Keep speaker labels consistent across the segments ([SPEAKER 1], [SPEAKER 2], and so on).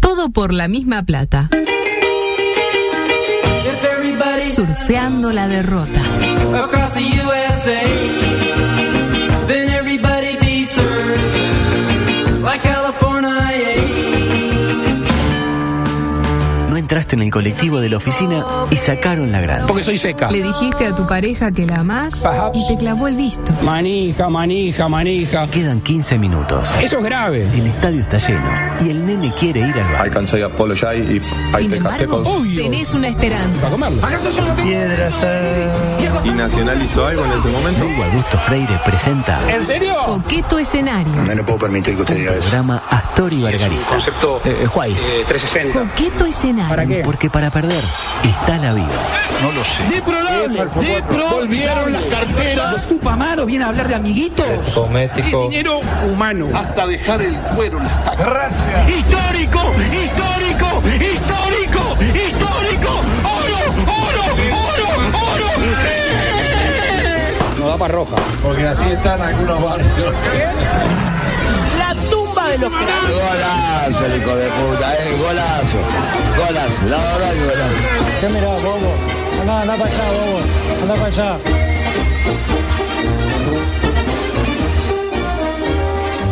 [SPEAKER 1] todo por la misma plata. Surfeando la derrota.
[SPEAKER 2] across the USA. Then everybody'd be served like California.
[SPEAKER 3] No entraste en el colectivo de la oficina y sacaron la grande.
[SPEAKER 4] Porque soy seca.
[SPEAKER 1] Le dijiste a tu pareja que la amás
[SPEAKER 4] Perhaps.
[SPEAKER 1] y te clavó el visto.
[SPEAKER 4] Manija, manija, manija.
[SPEAKER 3] Quedan 15 minutos.
[SPEAKER 4] Eso es grave.
[SPEAKER 3] El estadio está lleno y el nene quiere ir al
[SPEAKER 5] I
[SPEAKER 3] bar.
[SPEAKER 5] can say apologize if I
[SPEAKER 1] Sin
[SPEAKER 5] take a
[SPEAKER 1] embargo,
[SPEAKER 5] tackle.
[SPEAKER 4] obvio.
[SPEAKER 1] tenés una esperanza.
[SPEAKER 4] Para comerlo.
[SPEAKER 5] ¿Y Nacional hizo algo en ese momento?
[SPEAKER 3] Hugo Augusto Freire presenta
[SPEAKER 4] ¿En serio?
[SPEAKER 1] Coqueto escenario.
[SPEAKER 6] No le puedo permitir que usted diga
[SPEAKER 3] el
[SPEAKER 6] eso.
[SPEAKER 3] programa Astor y Bargarita.
[SPEAKER 7] Concepto
[SPEAKER 4] Eh, eh, Juay.
[SPEAKER 7] eh, 360.
[SPEAKER 1] Coqueto
[SPEAKER 4] ¿Para
[SPEAKER 1] escenario.
[SPEAKER 4] qué?
[SPEAKER 3] Porque para perder está la vida.
[SPEAKER 4] Volvieron las carteras. ¿Los Tupamaros vienen a hablar de amiguitos? Doméstico. dinero humano.
[SPEAKER 8] Ah,
[SPEAKER 9] Hasta dejar el cuero en las tacas.
[SPEAKER 6] ¡Histórico! ¡Histórico! ¡Histórico! ¡Histórico! ¡Oro! ¡Oro! ¡Oro! ¡Oro!
[SPEAKER 4] No da para roja.
[SPEAKER 9] Porque así están algunos barrios. La tumba de los cráneos. Golazo, hijo de puta, eh, golazo. Golazo, la verdad que golazo.
[SPEAKER 4] ¿Qué mirá, bobo? Anda, anda para allá, bobo. Anda para allá.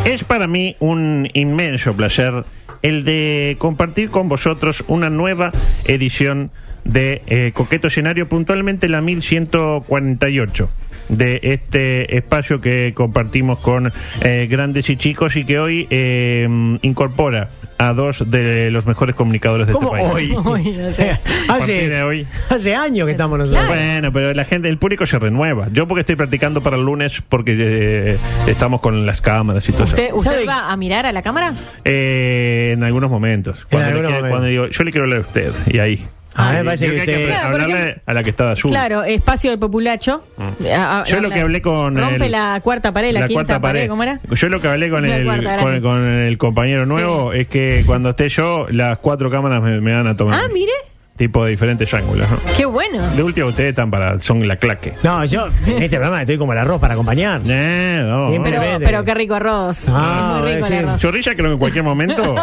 [SPEAKER 10] Es para mí un inmenso placer el de compartir con vosotros una nueva edición de eh, Coqueto Escenario, puntualmente la 1148 de este espacio que compartimos con eh, grandes y chicos y que hoy eh, incorpora a dos de los mejores comunicadores de
[SPEAKER 8] ¿Cómo
[SPEAKER 10] este país.
[SPEAKER 8] hoy?
[SPEAKER 10] A partir de
[SPEAKER 8] hace,
[SPEAKER 10] hoy.
[SPEAKER 8] hace años que estamos nosotros.
[SPEAKER 10] Bueno, pero la gente, el público se renueva. Yo porque estoy practicando para el lunes porque eh, estamos con las cámaras y todo eso.
[SPEAKER 11] ¿Usted, usted
[SPEAKER 8] ¿Sabe-
[SPEAKER 11] va a mirar a la cámara?
[SPEAKER 10] Eh, en algunos momentos. Cuando, le
[SPEAKER 8] algunos
[SPEAKER 10] quiere-
[SPEAKER 8] momentos.
[SPEAKER 10] cuando digo, yo le quiero hablar a usted, y ahí.
[SPEAKER 8] Ah, me
[SPEAKER 10] Y
[SPEAKER 8] parece
[SPEAKER 10] creo
[SPEAKER 8] que usted-
[SPEAKER 10] hay apre-
[SPEAKER 11] Claro, por
[SPEAKER 10] hablarle
[SPEAKER 11] ejemplo-
[SPEAKER 10] a la que está de azul.
[SPEAKER 11] Claro, espacio de populacho. A- a-
[SPEAKER 10] Yo lo
[SPEAKER 11] habla-
[SPEAKER 10] que hablé con.
[SPEAKER 11] Rompe
[SPEAKER 10] el-
[SPEAKER 11] la cuarta pared, la, quinta
[SPEAKER 10] cuarta
[SPEAKER 11] pared. ¿cómo era?
[SPEAKER 10] Yo lo que hablé con,
[SPEAKER 11] La
[SPEAKER 10] el,
[SPEAKER 11] cuarta, gracias.
[SPEAKER 10] con, con el compañero nuevo es que cuando esté yo, las cuatro cámaras me, me van a tomar.
[SPEAKER 11] Ah, mire,
[SPEAKER 10] Tipo de diferentes ángulos. ¿no?
[SPEAKER 11] qué bueno.
[SPEAKER 10] De última, ustedes están para. Son la claque.
[SPEAKER 8] No, yo en este programa estoy como el arroz para acompañar.
[SPEAKER 10] Eh, no.
[SPEAKER 8] Siempre
[SPEAKER 11] Pero,
[SPEAKER 8] depende.
[SPEAKER 11] pero qué rico arroz.
[SPEAKER 8] Ah,
[SPEAKER 11] Es
[SPEAKER 8] voy
[SPEAKER 11] muy rico
[SPEAKER 8] a
[SPEAKER 11] el
[SPEAKER 8] decir,
[SPEAKER 11] arroz.
[SPEAKER 10] Chorrilla creo que en cualquier momento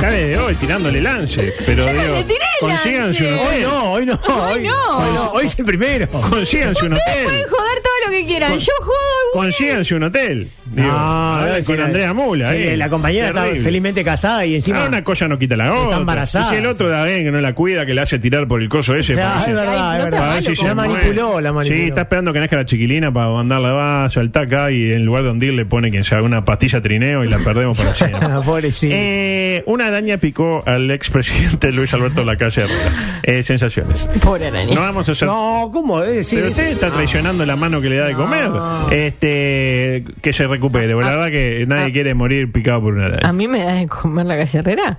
[SPEAKER 10] cabe de hoy tirándole lance, pero
[SPEAKER 11] no
[SPEAKER 10] digo,
[SPEAKER 11] le tiré
[SPEAKER 10] consíganse un
[SPEAKER 11] lance.
[SPEAKER 8] Hoy
[SPEAKER 10] hotel,
[SPEAKER 8] no, hoy no. Hoy,
[SPEAKER 11] no.
[SPEAKER 8] hoy hoy es el primero.
[SPEAKER 10] consíganse un
[SPEAKER 11] Ustedes
[SPEAKER 10] hotel.
[SPEAKER 11] pueden joder todo lo que quieran.
[SPEAKER 10] Con-
[SPEAKER 11] Yo jodo. Ah,
[SPEAKER 10] Consíganse un hotel. Digo, habla
[SPEAKER 8] no,
[SPEAKER 10] con
[SPEAKER 8] sí,
[SPEAKER 10] Andrea Mula.
[SPEAKER 8] sí,
[SPEAKER 10] eh.
[SPEAKER 8] la compañera está
[SPEAKER 10] Terrible.
[SPEAKER 8] felizmente casada y encima.
[SPEAKER 10] Ahora una cosa no quita la otra.
[SPEAKER 8] embarazada.
[SPEAKER 10] Y si el otro da bien que no la cuida, que la hace tirar por el coso ese.
[SPEAKER 8] Claro,
[SPEAKER 10] para
[SPEAKER 8] es
[SPEAKER 10] ver si-
[SPEAKER 8] verdad,
[SPEAKER 11] Ay,
[SPEAKER 8] es
[SPEAKER 11] no sea
[SPEAKER 10] para
[SPEAKER 8] verdad.
[SPEAKER 10] ver
[SPEAKER 11] malo,
[SPEAKER 10] si se
[SPEAKER 8] la
[SPEAKER 10] mueve.
[SPEAKER 8] manipuló, la manipuló.
[SPEAKER 10] Sí, está esperando que nazca la chiquilina para mandarla va, saltar acá y en lugar de hundirle pone quien sea una pastilla trineo y la perdemos para siempre.
[SPEAKER 8] Ah, Pobrecito.
[SPEAKER 10] Eh, una araña picó al expresidente Luis Alberto Lacalle Herrera. Eh, sensaciones.
[SPEAKER 11] Pobre araña.
[SPEAKER 10] No vamos a hacer.
[SPEAKER 8] no, ¿cómo? Eh, sí,
[SPEAKER 10] Pero
[SPEAKER 8] sí.
[SPEAKER 10] usted está traicionando la mano que le da de comer. Este, que se recupere.
[SPEAKER 11] Ah,
[SPEAKER 10] La verdad que nadie quiere morir picado por una
[SPEAKER 11] A
[SPEAKER 10] araña.
[SPEAKER 11] mí me da de comer la gallerera.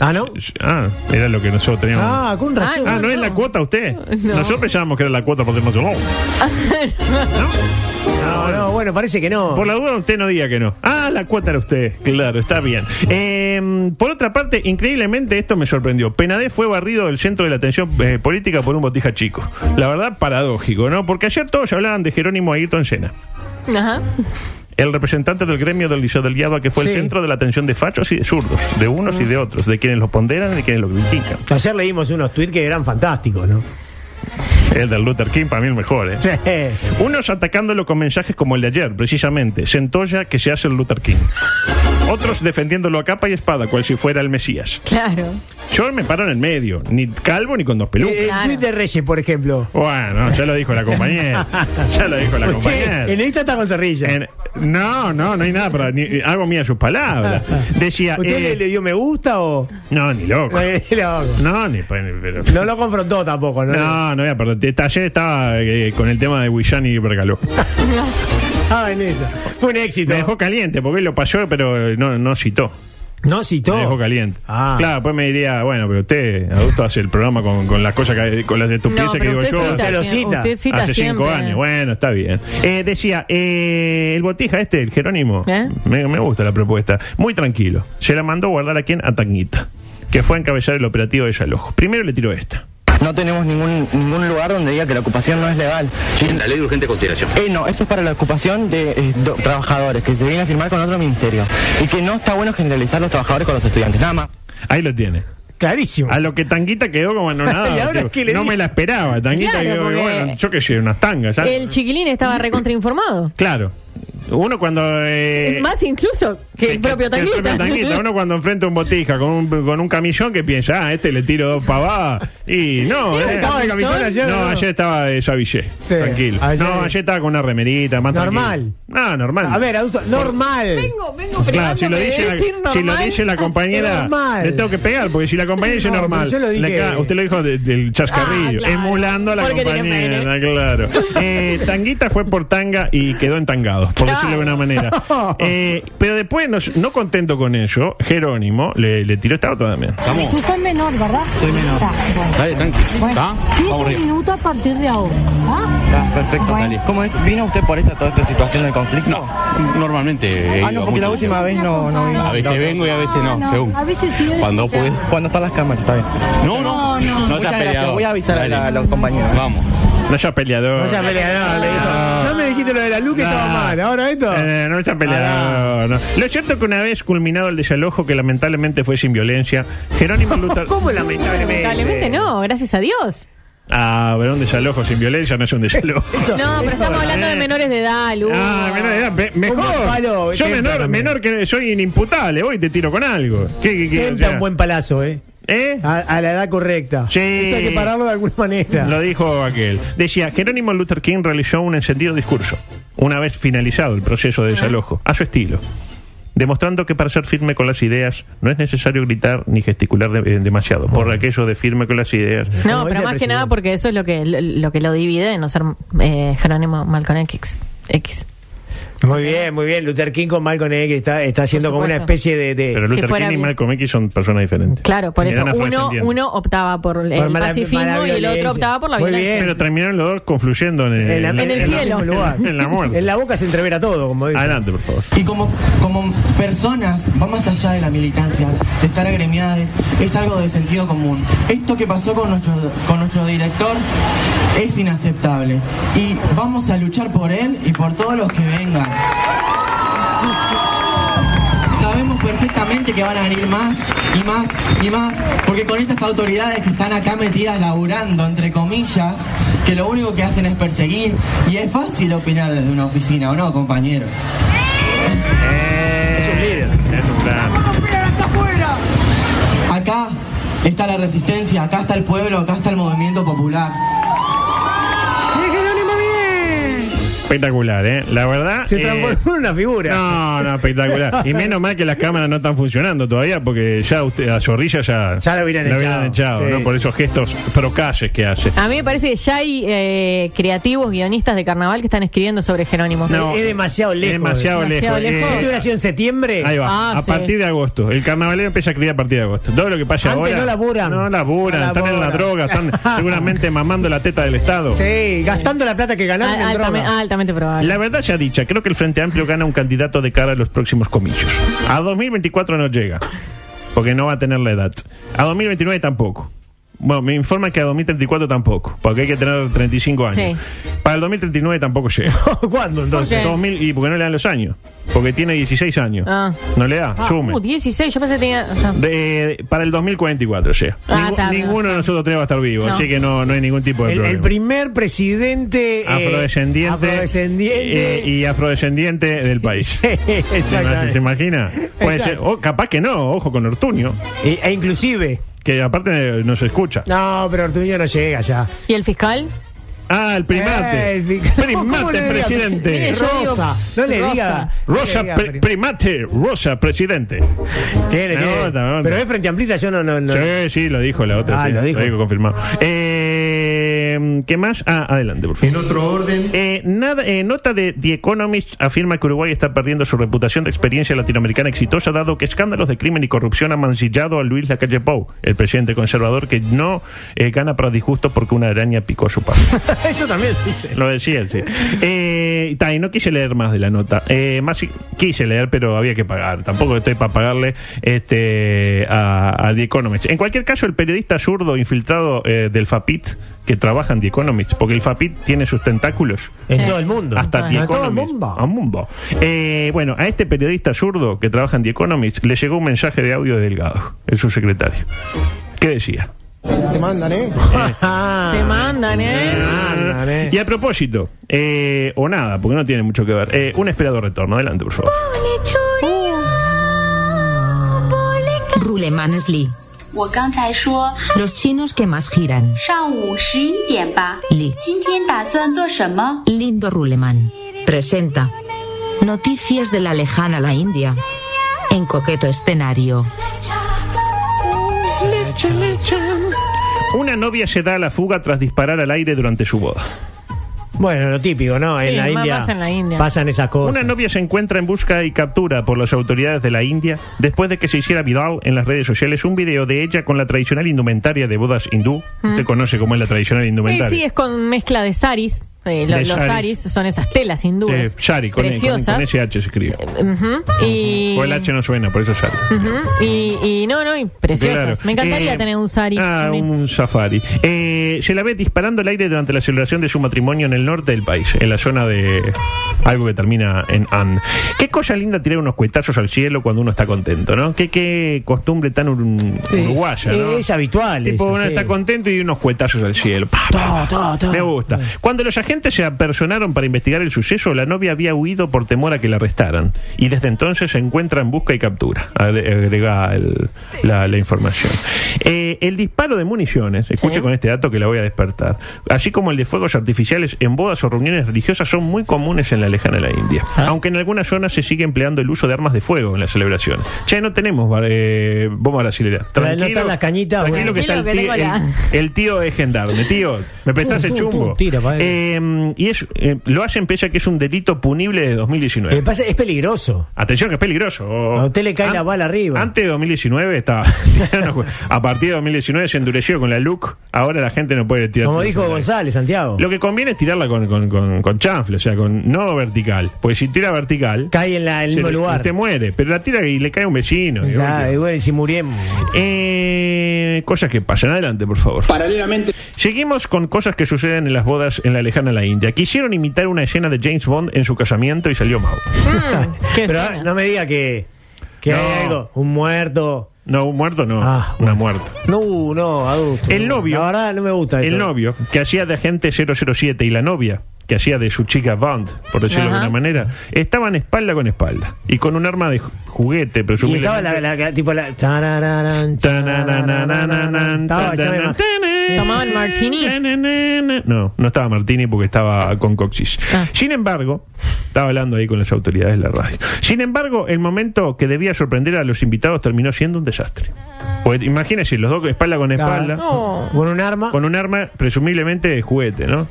[SPEAKER 8] Ah, ¿no?
[SPEAKER 10] Ah, era lo que nosotros teníamos. Ah,
[SPEAKER 8] Ah, con razón.
[SPEAKER 10] no, es la cuota usted. Nosotros pensábamos que era la cuota por demás. No.
[SPEAKER 8] no, no, bueno, parece que no.
[SPEAKER 10] Por la duda, usted no diga que no. Ah, la cuota era usted. Claro, está bien. Eh, por otra parte, increíblemente esto me sorprendió. Penadez fue barrido del centro de la atención eh, política por un botija chico. La verdad, paradójico, ¿no? Porque ayer todos hablaban de Jerónimo Ayrton Senna.
[SPEAKER 11] Ajá.
[SPEAKER 10] El representante del gremio del Liceo del Guiaba, que fue
[SPEAKER 8] Sí.
[SPEAKER 10] el centro de la atención de fachos y de zurdos, de unos y de otros, de quienes lo ponderan y de quienes lo critican.
[SPEAKER 8] Ayer leímos unos tweets que eran fantásticos, ¿no?
[SPEAKER 10] El del Luther King, para mí, el mejor, ¿eh?
[SPEAKER 8] Sí.
[SPEAKER 10] Unos atacándolo con mensajes como el de ayer, precisamente, Centolla que se hace el Luther King. Otros defendiéndolo a capa y espada, cual si fuera el Mesías.
[SPEAKER 11] Claro.
[SPEAKER 10] Yo me paro en el medio, ni calvo ni con dos pelucas.
[SPEAKER 8] Eh, El tweet de Reyes, por ejemplo.
[SPEAKER 10] Bueno, ya lo dijo la compañera. Ya lo dijo la compañera.
[SPEAKER 8] Usted, en esta está con zorrilla.
[SPEAKER 10] En- no, no, no hay nada, para, ni- hago mía sus palabras. Decía,
[SPEAKER 8] ¿Usted
[SPEAKER 10] eh,
[SPEAKER 8] le, le dio me gusta o.?
[SPEAKER 10] no, ni loco.
[SPEAKER 8] Eh, loco.
[SPEAKER 10] No, ni, pa- ni- pero-
[SPEAKER 8] No lo confrontó tampoco, ¿no?
[SPEAKER 10] no, no voy a perder. Esta- Ayer estaba eh, con el tema de Willán y Bergaló.
[SPEAKER 8] Ah, en eso. Fue un éxito.
[SPEAKER 10] Me dejó caliente porque él lo pasó, pero eh, no, no citó.
[SPEAKER 8] No citó.
[SPEAKER 10] Me dejó caliente.
[SPEAKER 8] Ah.
[SPEAKER 10] Claro, después me diría, bueno, pero usted, adulto, hace el programa con, con las cosas, que, con las estupideces que digo yo.
[SPEAKER 8] Usted lo
[SPEAKER 11] siempre-
[SPEAKER 8] cita.
[SPEAKER 11] usted cita
[SPEAKER 10] Hace
[SPEAKER 11] siempre.
[SPEAKER 10] cinco años, bueno, está bien. Eh, decía, eh, el botija este, el Jerónimo,
[SPEAKER 11] ¿Eh?
[SPEAKER 10] me, me gusta la propuesta, muy tranquilo. Se la mandó guardar a quien? A Tanguita, que fue a encabezar el operativo de Yalojo. Primero le tiró esta.
[SPEAKER 7] No tenemos ningún, ningún lugar donde diga que la ocupación no es legal.
[SPEAKER 6] La ley de urgente consideración.
[SPEAKER 7] Eh, no, eso es para la ocupación de eh, do- trabajadores que se viene a firmar con otro ministerio. Y que no está bueno generalizar los trabajadores con los estudiantes, nada más.
[SPEAKER 10] Ahí lo tiene.
[SPEAKER 8] Clarísimo.
[SPEAKER 10] A lo que Tanguita quedó como anonadado.
[SPEAKER 8] Y ahora
[SPEAKER 10] tipo,
[SPEAKER 8] es que le
[SPEAKER 10] no
[SPEAKER 8] di- eh,
[SPEAKER 10] me la esperaba. Tanguita
[SPEAKER 11] Claro,
[SPEAKER 10] quedó,
[SPEAKER 11] porque-
[SPEAKER 10] bueno, yo que sé, unas tangas. ya.
[SPEAKER 11] El chiquilín estaba recontrainformado.
[SPEAKER 10] Claro. Uno cuando. eh,
[SPEAKER 11] Es Más incluso que el propio
[SPEAKER 10] que- que el
[SPEAKER 11] tanguita.
[SPEAKER 10] propio tanguita. Uno cuando enfrenta un botija con un, con un camillón que piensa, ah, este le tiro dos pavadas. Y no,
[SPEAKER 8] Pero
[SPEAKER 10] eh,
[SPEAKER 8] estaba de camisón ayer,
[SPEAKER 10] No,
[SPEAKER 8] ¿no?
[SPEAKER 10] ayer estaba de Savillé.
[SPEAKER 8] Sí,
[SPEAKER 10] tranquilo.
[SPEAKER 8] ayer-
[SPEAKER 10] No, ayer estaba con una remerita, más
[SPEAKER 8] Normal.
[SPEAKER 10] tranquilo. No, normal.
[SPEAKER 8] A ver, adulto, normal.
[SPEAKER 11] vengo, vengo
[SPEAKER 10] Claro, si
[SPEAKER 11] privándome
[SPEAKER 10] lo,
[SPEAKER 11] de
[SPEAKER 10] dice la,
[SPEAKER 11] decir
[SPEAKER 10] si lo
[SPEAKER 11] normal
[SPEAKER 10] dice la
[SPEAKER 11] a ser
[SPEAKER 10] compañera,
[SPEAKER 8] normal.
[SPEAKER 10] le tengo que pegar, porque si la compañera dice
[SPEAKER 8] No, pero
[SPEAKER 10] normal,
[SPEAKER 8] yo lo
[SPEAKER 10] le
[SPEAKER 8] dije.
[SPEAKER 10] ca- usted lo dijo de- del chascarrillo,
[SPEAKER 11] Ah, claro.
[SPEAKER 10] emulando a la
[SPEAKER 11] Porque tiene
[SPEAKER 10] compañera, claro. Eh, tanguita fue por tanga y quedó entangado, por
[SPEAKER 11] Claro.
[SPEAKER 10] decirlo de una manera. Eh, pero después, no, no contento con ello, Jerónimo le, le tiró esta otra también.
[SPEAKER 12] Tú sos menor, ¿verdad? Soy menor.
[SPEAKER 13] Dale, tranqui. ¿Está?
[SPEAKER 12] 15 minutos a partir de ahora. ¿ah?
[SPEAKER 13] Está, perfecto, dale.
[SPEAKER 7] ¿Cómo es? ¿Vino usted por esta, toda esta situación del conflicto?
[SPEAKER 13] Normalmente. he
[SPEAKER 7] Ah,
[SPEAKER 13] ido
[SPEAKER 7] no,
[SPEAKER 13] a
[SPEAKER 7] porque la
[SPEAKER 13] muchos.
[SPEAKER 7] última vez no, no vino.
[SPEAKER 13] A veces
[SPEAKER 7] No, no.
[SPEAKER 13] vengo y a veces no,
[SPEAKER 7] No,
[SPEAKER 13] según.
[SPEAKER 7] a veces sí, a veces
[SPEAKER 13] Cuando
[SPEAKER 7] no.
[SPEAKER 13] puedo.
[SPEAKER 7] Cuando están las cámaras, está bien.
[SPEAKER 13] No, no, no,
[SPEAKER 7] Muchas
[SPEAKER 13] seas
[SPEAKER 7] gracias,
[SPEAKER 13] peleador.
[SPEAKER 7] voy a avisar a
[SPEAKER 13] Dale.
[SPEAKER 7] la- a los compañeros.
[SPEAKER 13] Vamos.
[SPEAKER 10] No seas peleador.
[SPEAKER 8] No seas peleador, le dijo. Ya me dijiste lo de la luz que
[SPEAKER 10] No.
[SPEAKER 8] estaba mal. Ahora esto.
[SPEAKER 10] Eh, no se peleado. no. Lo cierto es que una vez culminado el desalojo, que lamentablemente fue sin violencia, Jerónimo Luther.
[SPEAKER 8] ¿Cómo lamentablemente?
[SPEAKER 11] Lamentablemente no, gracias a Dios.
[SPEAKER 10] Ah, pero un desalojo sin violencia no es un desalojo.
[SPEAKER 11] No, pero estamos hablando de menores de edad, Lu.
[SPEAKER 10] Ah, menor de edad, me-
[SPEAKER 8] buen palo,
[SPEAKER 10] mejor. Yo
[SPEAKER 8] tenta
[SPEAKER 10] menor,
[SPEAKER 8] también.
[SPEAKER 10] menor que soy inimputable, voy y te tiro con algo. ¿Qué, qué, qué?
[SPEAKER 8] Tenta
[SPEAKER 10] O sea,
[SPEAKER 8] un buen palazo, ¿eh?
[SPEAKER 10] ¿Eh?
[SPEAKER 8] A, a la edad correcta.
[SPEAKER 10] Sí.
[SPEAKER 8] Esto hay que pararlo de alguna manera.
[SPEAKER 10] Lo dijo aquel. Decía, Jerónimo Luther King realizó un encendido discurso, una vez finalizado el proceso de desalojo, a su estilo, demostrando que para ser firme con las ideas no es necesario gritar ni gesticular de- eh, demasiado, por aquello de firme con las ideas.
[SPEAKER 11] No,
[SPEAKER 8] Como dice el
[SPEAKER 11] pero más que
[SPEAKER 8] presidente.
[SPEAKER 11] nada porque eso es lo que lo, lo que lo divide de no ser eh, Jerónimo Malcón X. X.
[SPEAKER 8] Muy bien, muy bien. Luther King con Malcolm X está, está haciendo como una
[SPEAKER 11] supuesto.
[SPEAKER 8] especie de. de-
[SPEAKER 10] Pero
[SPEAKER 11] Si
[SPEAKER 10] Luther
[SPEAKER 11] fuera
[SPEAKER 10] King y
[SPEAKER 11] bien.
[SPEAKER 10] Malcolm X son personas diferentes.
[SPEAKER 11] Claro, por eso
[SPEAKER 10] Eran
[SPEAKER 11] uno,
[SPEAKER 10] afrodescendientes.
[SPEAKER 11] uno optaba por el
[SPEAKER 8] mala-
[SPEAKER 11] pacifismo
[SPEAKER 8] mala
[SPEAKER 11] y el
[SPEAKER 8] violencia.
[SPEAKER 11] otro optaba por la
[SPEAKER 8] Muy
[SPEAKER 11] violencia.
[SPEAKER 8] bien.
[SPEAKER 10] Pero terminaron los dos confluyendo en el,
[SPEAKER 8] la-
[SPEAKER 11] en el
[SPEAKER 10] la-
[SPEAKER 11] cielo.
[SPEAKER 8] mismo lugar.
[SPEAKER 10] en la muerte.
[SPEAKER 8] En la boca se entrevera todo, como dice.
[SPEAKER 10] Adelante, por favor.
[SPEAKER 14] Y como, como personas, va más allá de la militancia, de estar agremiadas, es algo de sentido común. Esto que pasó con nuestro, con nuestro director es inaceptable. Y vamos a luchar por él y por todos los que vengan. Sabemos perfectamente que van a venir más y más y más, porque con estas autoridades que están acá metidas laburando, entre comillas, que lo único que hacen es perseguir, y es fácil opinar desde una oficina, ¿o no, compañeros?
[SPEAKER 8] Eh,
[SPEAKER 10] Es un líder. Es un gran.
[SPEAKER 14] Acá está la resistencia, acá está el pueblo, acá está el movimiento popular.
[SPEAKER 10] Espectacular, ¿eh? La verdad.
[SPEAKER 8] Se
[SPEAKER 10] eh,
[SPEAKER 8] transformó en una figura.
[SPEAKER 10] No, no, espectacular. Y menos mal que las cámaras no están funcionando todavía, porque ya usted, a Zorrilla ya,
[SPEAKER 8] Ya lo hubieran echado. Sí.
[SPEAKER 10] ¿no? Por esos gestos procalles que hace.
[SPEAKER 11] A mí me parece que ya hay eh, creativos guionistas de carnaval que están escribiendo sobre Jerónimo.
[SPEAKER 10] No.
[SPEAKER 8] Es demasiado lejos.
[SPEAKER 10] demasiado,
[SPEAKER 11] Demasiado
[SPEAKER 10] lejos.
[SPEAKER 11] lejos.
[SPEAKER 8] Si
[SPEAKER 10] Eh,
[SPEAKER 8] hubiera sido en septiembre.
[SPEAKER 10] Ahí va,
[SPEAKER 11] Ah,
[SPEAKER 10] a
[SPEAKER 11] sí.
[SPEAKER 10] partir de agosto. El carnavalero empieza a criar a partir de agosto. Todo lo que pasa
[SPEAKER 8] Antes
[SPEAKER 10] ahora.
[SPEAKER 8] no laburan.
[SPEAKER 10] No laburan,
[SPEAKER 8] No
[SPEAKER 10] están en la
[SPEAKER 8] laburan.
[SPEAKER 10] droga, están seguramente mamando la teta del Estado.
[SPEAKER 8] Sí, gastando la plata que
[SPEAKER 10] Ah,
[SPEAKER 8] ganaron
[SPEAKER 11] Al-
[SPEAKER 8] en
[SPEAKER 11] altame-
[SPEAKER 8] droga.
[SPEAKER 11] altamente probable.
[SPEAKER 10] La verdad ya dicha, creo que el Frente Amplio gana un candidato de cara a los próximos comicios. A 2024 no llega, porque no va a tener la edad. A 2029 tampoco. Bueno, me informa que a 2034 tampoco, porque hay que tener 35 años. Para el 2039 tampoco llega.
[SPEAKER 8] ¿Cuándo entonces?
[SPEAKER 11] Ok.
[SPEAKER 10] 2000, y porque no le dan los años, porque tiene 16 años.
[SPEAKER 11] Ah.
[SPEAKER 10] No le da,
[SPEAKER 11] Ah,
[SPEAKER 10] sume.
[SPEAKER 11] uh, 16, yo pensé que tenía. o sea,
[SPEAKER 10] De- eh, para el 2044 llega.
[SPEAKER 11] Ah,
[SPEAKER 10] Ningú-
[SPEAKER 11] está bien,
[SPEAKER 10] ninguno de nosotros tres va a estar vivo,
[SPEAKER 11] No.
[SPEAKER 10] así que no, no hay ningún tipo de
[SPEAKER 8] El, el
[SPEAKER 10] problema.
[SPEAKER 8] primer presidente. eh,
[SPEAKER 10] afrodescendiente,
[SPEAKER 8] afrodescendiente.
[SPEAKER 10] eh, y afrodescendiente del país.
[SPEAKER 8] Sí,
[SPEAKER 10] ¿Se ima- ¿Se
[SPEAKER 8] exactamente.
[SPEAKER 10] imagina? Puede
[SPEAKER 8] Exacto.
[SPEAKER 10] ser, o capaz que no, ojo con Ortuño,
[SPEAKER 8] E, e inclusive.
[SPEAKER 10] que aparte no se escucha.
[SPEAKER 8] No, pero Ortuño no llega ya.
[SPEAKER 11] ¿Y el fiscal?
[SPEAKER 10] Ah, el primate.
[SPEAKER 8] Eh, el pic- ¿Cómo
[SPEAKER 10] primate
[SPEAKER 8] le diría?
[SPEAKER 11] Mire, yo
[SPEAKER 10] presidente.
[SPEAKER 11] digo-
[SPEAKER 8] Rosa. No le
[SPEAKER 11] Rosa.
[SPEAKER 8] diga. no le
[SPEAKER 10] Rosa,
[SPEAKER 8] diga
[SPEAKER 10] pre-
[SPEAKER 8] prim-
[SPEAKER 10] primate, Rosa, presidente.
[SPEAKER 8] Tiene,
[SPEAKER 10] Me
[SPEAKER 8] tiene.
[SPEAKER 10] gusta, me gusta.
[SPEAKER 8] Pero es frente amplita, yo no. no, no.
[SPEAKER 10] Sí, sí, lo dijo la otra.
[SPEAKER 8] Ah,
[SPEAKER 10] sí,
[SPEAKER 8] lo dijo.
[SPEAKER 10] confirmado. Eh, ¿Qué más? Ah, adelante, por favor. En otro orden. nada, eh, nota de The Economist afirma que Uruguay está perdiendo su reputación de experiencia latinoamericana exitosa, dado que escándalos de crimen y corrupción han mancillado a Luis Lacalle Pou, el presidente conservador que no eh, gana para disgusto porque una araña picó a su padre. Eso también lo dice. Lo decía él, sí. Eh, ta, y no quise leer más de la nota. Eh, más si- quise leer, pero había que pagar. Tampoco estoy para pagarle este, a, a The Economist. En cualquier caso, el periodista zurdo infiltrado eh, del FAPIT que trabaja en The Economist, porque el FAPIT tiene sus tentáculos.
[SPEAKER 8] En Sí. todo el mundo.
[SPEAKER 10] Hasta
[SPEAKER 8] Ah,
[SPEAKER 10] The
[SPEAKER 8] a todo el
[SPEAKER 10] Economist.
[SPEAKER 8] mundo.
[SPEAKER 10] A mundo. Eh, bueno, a este periodista zurdo que trabaja en The Economist le llegó un mensaje de audio de Delgado, el subsecretario. ¿Qué decía?
[SPEAKER 14] Te mandan, ¿eh?
[SPEAKER 10] Ah.
[SPEAKER 11] Te mandan, ¿eh?
[SPEAKER 10] Y a propósito, eh, o nada, porque no tiene mucho que ver. eh, un esperado retorno, adelante, por favor.
[SPEAKER 15] Rule Mansley. Los chinos que más giran.
[SPEAKER 16] 上午十一点吧。
[SPEAKER 15] Li.
[SPEAKER 16] 今天打算做什么？
[SPEAKER 15] Lindo Ruleman. Presenta. Noticias de la lejana la India. En coqueto escenario.
[SPEAKER 10] Una novia se da a la fuga tras disparar al aire durante su boda.
[SPEAKER 8] Bueno, lo típico, ¿no? en
[SPEAKER 10] Sí,
[SPEAKER 8] la
[SPEAKER 10] más
[SPEAKER 8] India.
[SPEAKER 10] pasa en la
[SPEAKER 11] India.
[SPEAKER 8] Pasan esas cosas.
[SPEAKER 10] Una novia se encuentra en busca y captura por las autoridades de la India después de que se hiciera viral en las redes sociales un video de ella con la tradicional indumentaria de bodas hindú.
[SPEAKER 11] Mm.
[SPEAKER 10] Usted conoce cómo es la tradicional
[SPEAKER 11] Eh,
[SPEAKER 10] indumentaria.
[SPEAKER 11] sí, es con mezcla de saris. Eh, lo-
[SPEAKER 10] De
[SPEAKER 11] los
[SPEAKER 10] saris.
[SPEAKER 11] saris son esas telas hindúes.
[SPEAKER 10] Eh, Shari, con, con- con
[SPEAKER 11] preciosas. Eh,
[SPEAKER 10] ese H se escribe.
[SPEAKER 11] Ujú, y,
[SPEAKER 10] O el H&M. H no suena, por eso
[SPEAKER 11] Mm.
[SPEAKER 10] Shari.
[SPEAKER 11] ujú, y, y no, no, y preciosas.
[SPEAKER 10] Claro.
[SPEAKER 11] Me encantaría
[SPEAKER 10] Eh,
[SPEAKER 11] tener un sari.
[SPEAKER 10] Ah,
[SPEAKER 11] también.
[SPEAKER 10] un safari. Eh, se la ve disparando al aire durante la celebración de su matrimonio en el norte del país, en la zona de algo que termina en An. Qué cosa linda tirar unos cuetazos al cielo cuando uno está contento, ¿no? Qué, qué costumbre tan ur-
[SPEAKER 8] Es-
[SPEAKER 10] uruguaya, ¿no?
[SPEAKER 8] es habitual
[SPEAKER 10] Tipo,
[SPEAKER 8] eso,
[SPEAKER 10] uno
[SPEAKER 8] sí.
[SPEAKER 10] está contento y unos cuetazos al cielo. Pa, pa, pa. Me gusta. Cuando los agentes se apersonaron para investigar el suceso, la novia había huido por temor a que la arrestaran. Y desde entonces se encuentra en busca y captura. Agre- Agrega el- la, la información. Eh, el disparo de municiones, escuche con este dato que la voy a despertar, así como el de fuegos artificiales en bodas o reuniones religiosas son muy comunes en la lejana la India. Aunque en algunas zonas se sigue empleando el uso de armas de fuego en las celebraciones. Che, no tenemos eh, bomba brasilera.
[SPEAKER 8] no están las cañitas,
[SPEAKER 10] tranquilo
[SPEAKER 8] bueno.
[SPEAKER 10] que está el
[SPEAKER 8] Tranquilo
[SPEAKER 10] tío,
[SPEAKER 8] que tengo
[SPEAKER 10] el- el tío es gendarme. Tío, me prestás
[SPEAKER 8] Pum,
[SPEAKER 10] el
[SPEAKER 8] pum,
[SPEAKER 10] chumbo.
[SPEAKER 8] pum, tira,
[SPEAKER 10] Eh, y es, eh, lo hacen pese a que es un delito punible de 2019.
[SPEAKER 8] Lo que pasa es que es peligroso.
[SPEAKER 10] Atención que es peligroso.
[SPEAKER 8] Eh, A usted le cae la bala arriba.
[SPEAKER 10] Antes de 2019 estaba. a partir de 2019 se endureció con la look. Ahora la gente no puede tirar.
[SPEAKER 8] Como
[SPEAKER 10] tiros
[SPEAKER 8] dijo
[SPEAKER 10] al aire.
[SPEAKER 8] González, Santiago.
[SPEAKER 10] Lo que conviene es tirarla con, con, con- con chanfle, o sea, con no vertical. Porque si tira vertical.
[SPEAKER 8] Cae en, la, en el
[SPEAKER 10] se
[SPEAKER 8] mismo
[SPEAKER 10] le-
[SPEAKER 8] lugar.
[SPEAKER 10] Te muere. Pero la tira y le cae a un vecino. y
[SPEAKER 8] Ya,
[SPEAKER 10] bueno,
[SPEAKER 8] y bueno, si muriemos.
[SPEAKER 10] eh, cosas que pasan. Adelante, por favor. Paralelamente. Seguimos con cosas que suceden en las bodas en la lejana la India. Quisieron imitar una escena de James Bond en su casamiento y salió mal.
[SPEAKER 8] Pero ah, no me diga que, que
[SPEAKER 10] No.
[SPEAKER 8] hay algo. Un muerto.
[SPEAKER 10] No, un muerto no. una muerta.
[SPEAKER 8] No, no, adulto.
[SPEAKER 10] El novio.
[SPEAKER 8] La verdad no me gusta esto.
[SPEAKER 10] El novio, que hacía de agente 007 y la novia, que hacía de su chica Bond, por decirlo
[SPEAKER 8] Ajá.
[SPEAKER 10] de una manera, estaban espalda con espalda y con un arma de ju- juguete,
[SPEAKER 8] Y
[SPEAKER 10] presumiblemente.
[SPEAKER 8] estaba la, la- la- tipo la. tarararán, tarararán, estaba, ya me imagino.
[SPEAKER 11] Tomaban martini.
[SPEAKER 10] No, no estaba Martini porque estaba con Coxis. Sin embargo, estaba hablando ahí con las autoridades de la radio. Sin embargo, el momento que debía sorprender a los invitados terminó siendo un desastre. Pues imagínense, los dos espalda con espalda.
[SPEAKER 8] Ah, Con un arma.
[SPEAKER 10] Con un arma, presumiblemente de juguete, ¿no?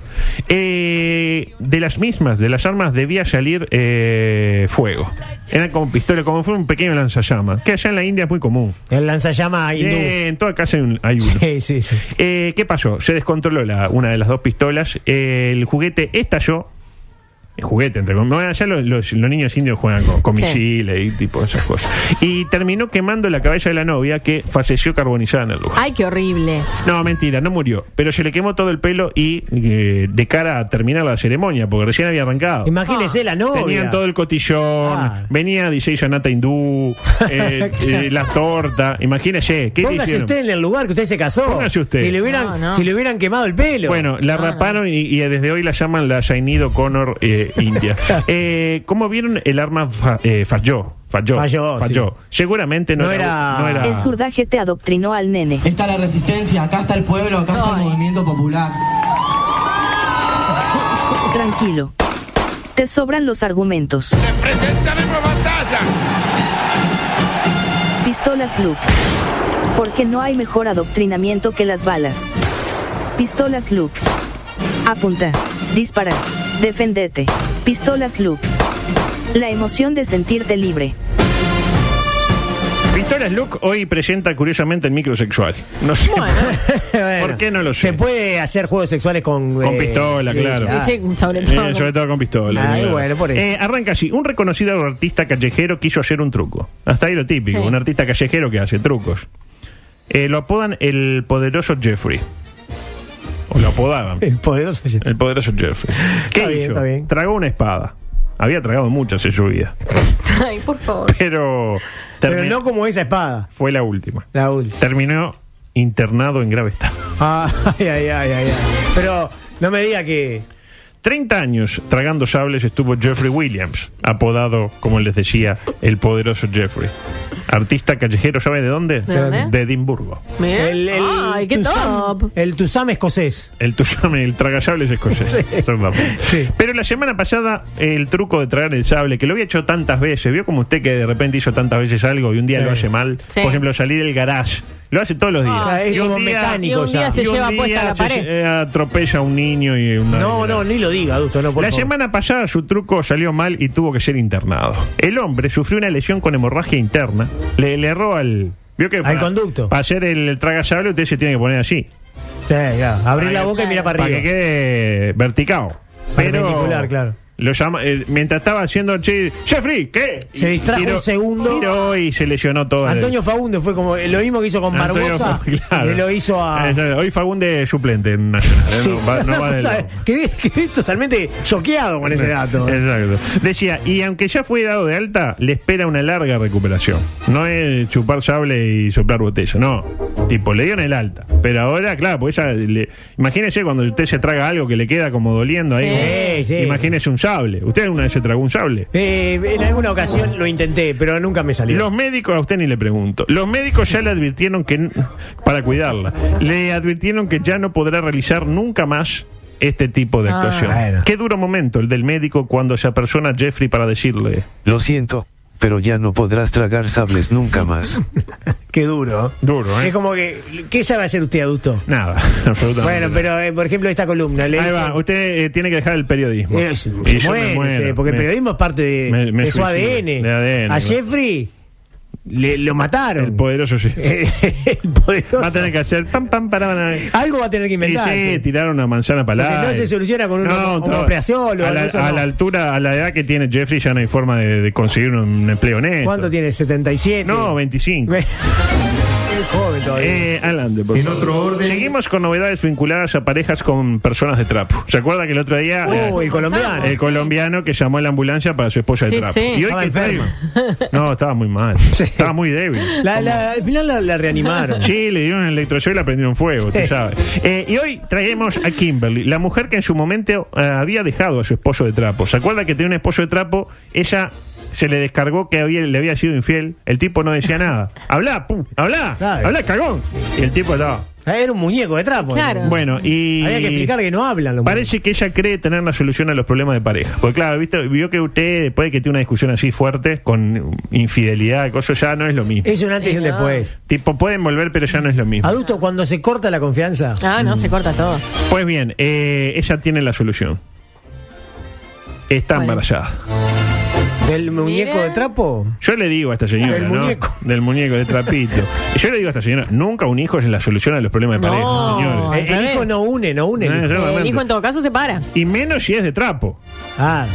[SPEAKER 10] Eh, de las mismas, de las armas, debía salir eh, fuego. Era como pistola, como fue un pequeño lanzallamas, que allá en la India es muy común.
[SPEAKER 8] El lanzallamas hindú.
[SPEAKER 10] Eh, en toda casa hay, un- hay uno.
[SPEAKER 8] Sí, sí, sí.
[SPEAKER 10] Eh, ¿Qué pasó? Se descontroló la- una de las dos pistolas. eh, el juguete estalló. El juguete, entre comillas. Bueno, allá los, los- los niños indios juegan con, con
[SPEAKER 8] Sí.
[SPEAKER 10] misiles y tipo esas cosas. Y terminó quemando la cabeza de la novia que falleció carbonizada en el lugar.
[SPEAKER 11] Ay, qué horrible.
[SPEAKER 10] No, mentira, no murió. Pero se le quemó todo el pelo y eh, de cara a terminar la ceremonia, porque recién había arrancado.
[SPEAKER 8] Imagínese la novia.
[SPEAKER 10] Ah, Tenían todo el cotillón,
[SPEAKER 8] Ah.
[SPEAKER 10] venía DJ Yanata Hindú, eh, eh, las tortas. Imagínese, ¿qué le
[SPEAKER 8] Póngase
[SPEAKER 10] hicieron?
[SPEAKER 8] usted en el lugar que usted se casó.
[SPEAKER 10] Póngase usted.
[SPEAKER 8] Si le hubieran,
[SPEAKER 10] No, no.
[SPEAKER 8] Si le hubieran quemado el pelo.
[SPEAKER 10] Bueno, la raparon Y, y desde hoy la llaman la Shainido Connor eh, India. Eh, ¿Cómo vieron el arma fa- eh, falló? Falló.
[SPEAKER 8] Falló,
[SPEAKER 10] Seguramente no, era, no era-
[SPEAKER 15] El surdaje te adoctrinó al nene.
[SPEAKER 14] Está la resistencia, acá está el pueblo, acá está el movimiento popular.
[SPEAKER 15] Tranquilo. Te sobran los argumentos. Pistolas Gluck. Porque no hay mejor adoctrinamiento que las balas. Pistolas Gluck. Apunta. Dispara. Defendete. Pistolas Gluck. La emoción de sentirte libre.
[SPEAKER 10] Pistolas Luke hoy presenta curiosamente el microsexual. No sé.
[SPEAKER 11] Bueno,
[SPEAKER 10] ¿Por qué no lo sé?
[SPEAKER 8] Se puede hacer juegos sexuales con.
[SPEAKER 10] Con
[SPEAKER 8] eh,
[SPEAKER 10] pistola,
[SPEAKER 8] sí,
[SPEAKER 10] claro.
[SPEAKER 11] Sí, sobre todo.
[SPEAKER 10] Ah. Eh, sobre todo con pistola.
[SPEAKER 8] Ah, y
[SPEAKER 10] claro.
[SPEAKER 8] bueno, por eso.
[SPEAKER 10] Eh, arranca así. Un reconocido artista callejero quiso hacer un truco. Hasta ahí lo típico.
[SPEAKER 11] Sí.
[SPEAKER 10] Un artista callejero que hace trucos. Eh, lo apodan el poderoso Jeffrey. O lo apodaban.
[SPEAKER 8] El poderoso. este.
[SPEAKER 10] El poderoso Jeffrey. ¿Qué
[SPEAKER 8] Está bien,
[SPEAKER 10] hizo?
[SPEAKER 8] está bien.
[SPEAKER 10] Tragó una espada. Había tragado muchas en su vida.
[SPEAKER 11] Ay, por favor.
[SPEAKER 10] Pero,
[SPEAKER 8] Pero
[SPEAKER 10] termi-
[SPEAKER 8] no como esa espada.
[SPEAKER 10] fue la última.
[SPEAKER 8] La última.
[SPEAKER 10] Terminó internado en grave estado.
[SPEAKER 8] Ah, ay, ay, ay, ay, ay. Pero no me diga que.
[SPEAKER 10] 30 años tragando sables estuvo Jeffrey Williams, apodado, como les decía, el poderoso Jeffrey. Artista callejero, ¿sabe de dónde?
[SPEAKER 11] ¿De dónde?
[SPEAKER 10] Edimburgo.
[SPEAKER 11] Mirá. ¿Eh? Ay, qué
[SPEAKER 8] Tusam-
[SPEAKER 11] top.
[SPEAKER 8] El Tusam escocés.
[SPEAKER 10] El tuyame, el tragasables escocés. Son vamos.
[SPEAKER 8] Sí.
[SPEAKER 10] Pero la semana pasada, el truco de tragar el sable, que lo había hecho tantas veces, vio como usted que de repente hizo tantas veces algo y un día
[SPEAKER 8] Sí.
[SPEAKER 10] lo hace mal.
[SPEAKER 11] Sí.
[SPEAKER 10] Por ejemplo, salir del garage. Lo hace todos los días.
[SPEAKER 8] Ah, es
[SPEAKER 10] Y un
[SPEAKER 8] como
[SPEAKER 10] día-
[SPEAKER 8] mecánico
[SPEAKER 11] y un
[SPEAKER 8] ya.
[SPEAKER 11] día se
[SPEAKER 10] y un
[SPEAKER 11] lleva puesta
[SPEAKER 10] día
[SPEAKER 11] la
[SPEAKER 10] se-
[SPEAKER 11] pared.
[SPEAKER 10] eh, atropella a un niño y una.
[SPEAKER 8] No, no, ni lo diga, adulto, no, por
[SPEAKER 10] la
[SPEAKER 8] favor.
[SPEAKER 10] semana pasada su truco salió mal y tuvo que ser internado. El hombre sufrió una lesión con hemorragia interna. Le, le erró al. ¿Vio que
[SPEAKER 8] Al conducto.
[SPEAKER 10] Para hacer el, el tragasable usted se tiene que poner así.
[SPEAKER 8] Sí, ya. Abrir
[SPEAKER 10] Para
[SPEAKER 8] la
[SPEAKER 10] que-
[SPEAKER 8] boca y mirar para
[SPEAKER 10] Para que
[SPEAKER 8] arriba.
[SPEAKER 10] quede verticado. Pero.
[SPEAKER 8] Perpendicular, claro.
[SPEAKER 10] Lo llama, eh, mientras estaba haciendo che, Jeffrey, ¿qué?
[SPEAKER 8] Se
[SPEAKER 10] Y
[SPEAKER 8] distrajo un segundo.
[SPEAKER 10] Tiró y se lesionó todo. el-
[SPEAKER 8] Antonio Faunde fue como eh, lo mismo que hizo con
[SPEAKER 10] Antonio
[SPEAKER 8] Barbosa.
[SPEAKER 10] Fagunde, claro.
[SPEAKER 8] Se lo hizo a.
[SPEAKER 10] Eh, ya- Hoy Fagunde suplente en Nacional. eh,
[SPEAKER 8] Sí.
[SPEAKER 10] no va- no va del
[SPEAKER 8] O sea,
[SPEAKER 10] lado.
[SPEAKER 8] quedé, quedé totalmente choqueado con ese dato. ¿eh?
[SPEAKER 10] Exacto. Decía, y aunque ya fue dado de alta, le espera una larga recuperación. No es chupar sable y soplar botella, no. Tipo, le dieron el alta. Pero ahora, claro, pues ella le, imagínese cuando usted se traga algo que le queda como doliendo ahí.
[SPEAKER 8] Sí, sí.
[SPEAKER 10] Imagínese un sable. ¿Usted alguna vez se tragó un sable?
[SPEAKER 8] Eh, en alguna ocasión lo intenté, pero nunca me salió.
[SPEAKER 10] Los médicos, a usted ni le pregunto, los médicos ya le advirtieron que, n- para cuidarla, le advirtieron que ya no podrá realizar nunca más este tipo de
[SPEAKER 11] Ah.
[SPEAKER 10] actuación.
[SPEAKER 8] Bueno.
[SPEAKER 10] Qué duro momento el del médico cuando se apersona a Jeffrey para decirle,
[SPEAKER 17] Lo siento, pero ya no podrás tragar sables nunca más.
[SPEAKER 8] Qué duro.
[SPEAKER 10] Duro, ¿eh?
[SPEAKER 8] Es como que. ¿Qué sabe hacer usted, adulto?
[SPEAKER 10] nada, absolutamente.
[SPEAKER 8] Bueno,
[SPEAKER 10] nada.
[SPEAKER 8] pero eh, por ejemplo, esta columna. Le
[SPEAKER 10] Ahí
[SPEAKER 8] dicen-
[SPEAKER 10] va, usted eh, tiene que dejar el periodismo.
[SPEAKER 8] Eh, se-
[SPEAKER 10] Y
[SPEAKER 8] se
[SPEAKER 10] yo me
[SPEAKER 8] muere,
[SPEAKER 10] muero.
[SPEAKER 8] eh, porque el
[SPEAKER 10] Me-
[SPEAKER 8] periodismo es parte de,
[SPEAKER 10] me- me
[SPEAKER 8] de su
[SPEAKER 10] suicido,
[SPEAKER 8] ADN.
[SPEAKER 10] de ADN,
[SPEAKER 8] A
[SPEAKER 10] ¿no?
[SPEAKER 8] Jeffrey le, lo mataron.
[SPEAKER 10] El poderoso sí.
[SPEAKER 8] Eh, el poderoso.
[SPEAKER 10] Va a tener que hacer pam pam para
[SPEAKER 8] Algo va a tener que
[SPEAKER 10] Y
[SPEAKER 8] inventar.
[SPEAKER 10] sí, tirar una manzana para
[SPEAKER 8] Ah, Porque no se soluciona con un hom- homeoprasiol o
[SPEAKER 10] a, la,
[SPEAKER 8] algo, eso
[SPEAKER 10] a
[SPEAKER 8] no.
[SPEAKER 10] la altura, a la edad que tiene Jeffrey, ya no hay forma de, de conseguir un, un empleo honesto.
[SPEAKER 8] ¿Cuánto tiene? ¿77?
[SPEAKER 10] No, 25.
[SPEAKER 8] Es joven todavía.
[SPEAKER 10] Eh, adelante, por favor. Seguimos con novedades vinculadas a parejas con personas de trapo. ¿Se acuerda que el otro día.
[SPEAKER 8] Oh,
[SPEAKER 10] eh,
[SPEAKER 8] el colombiano.
[SPEAKER 10] el colombiano que llamó a la ambulancia para su esposa
[SPEAKER 11] Sí,
[SPEAKER 10] de trapo.
[SPEAKER 11] sí.
[SPEAKER 10] Y hoy
[SPEAKER 8] Estaba
[SPEAKER 10] que
[SPEAKER 8] enferma.
[SPEAKER 10] traigo- No, estaba muy mal. Estaba muy débil.
[SPEAKER 8] La- la- al final la, la reanimaron.
[SPEAKER 10] Sí, le dieron electroshock y la prendieron fuego,
[SPEAKER 8] Sí.
[SPEAKER 10] tú sabes. Eh, y hoy traemos a Kimberly, la mujer que en su momento eh, había dejado a su esposo de trapo. ¿Se acuerda que tenía un esposo de trapo? Ella se le descargó que había, le había sido infiel. El tipo no decía nada. Hablá, pum, hablá,
[SPEAKER 8] Claro.
[SPEAKER 10] hablá, cagón. Y el tipo estaba.
[SPEAKER 8] Ah, Era un muñeco de trapo.
[SPEAKER 11] Claro.
[SPEAKER 10] Bueno, y.
[SPEAKER 8] Había que explicar que no hablan los
[SPEAKER 10] Parece que ella cree tener la solución a los problemas de pareja. Porque claro, ¿viste? vio que usted, después de que tiene una discusión así fuerte, con infidelidad, cosas, ya no es lo mismo.
[SPEAKER 8] muñecos. Es un antes y un
[SPEAKER 11] Sí, no.
[SPEAKER 8] después.
[SPEAKER 10] Tipo, pueden volver, pero ya no es lo mismo.
[SPEAKER 8] Adulto, cuando se corta la confianza,
[SPEAKER 11] Ah,
[SPEAKER 10] Mm.
[SPEAKER 11] no, se corta todo.
[SPEAKER 10] Pues bien, eh, ella tiene la solución. Está
[SPEAKER 11] ¿Cuál es?
[SPEAKER 10] embarazada.
[SPEAKER 8] del muñeco de trapo.
[SPEAKER 10] Yo le digo a esta señora,
[SPEAKER 8] Del
[SPEAKER 10] ¿no?
[SPEAKER 8] muñeco.
[SPEAKER 10] Del muñeco, de trapito. Yo le digo a esta señora, nunca un hijo es la solución a los problemas de
[SPEAKER 11] No.
[SPEAKER 10] pareja, señores. Eh,
[SPEAKER 11] Al
[SPEAKER 8] El, el
[SPEAKER 11] revés.
[SPEAKER 8] hijo no une, no une.
[SPEAKER 10] No,
[SPEAKER 8] el hijo.
[SPEAKER 10] Claramente.
[SPEAKER 11] El hijo en todo caso se para.
[SPEAKER 10] Y menos si es de trapo.
[SPEAKER 8] Ah,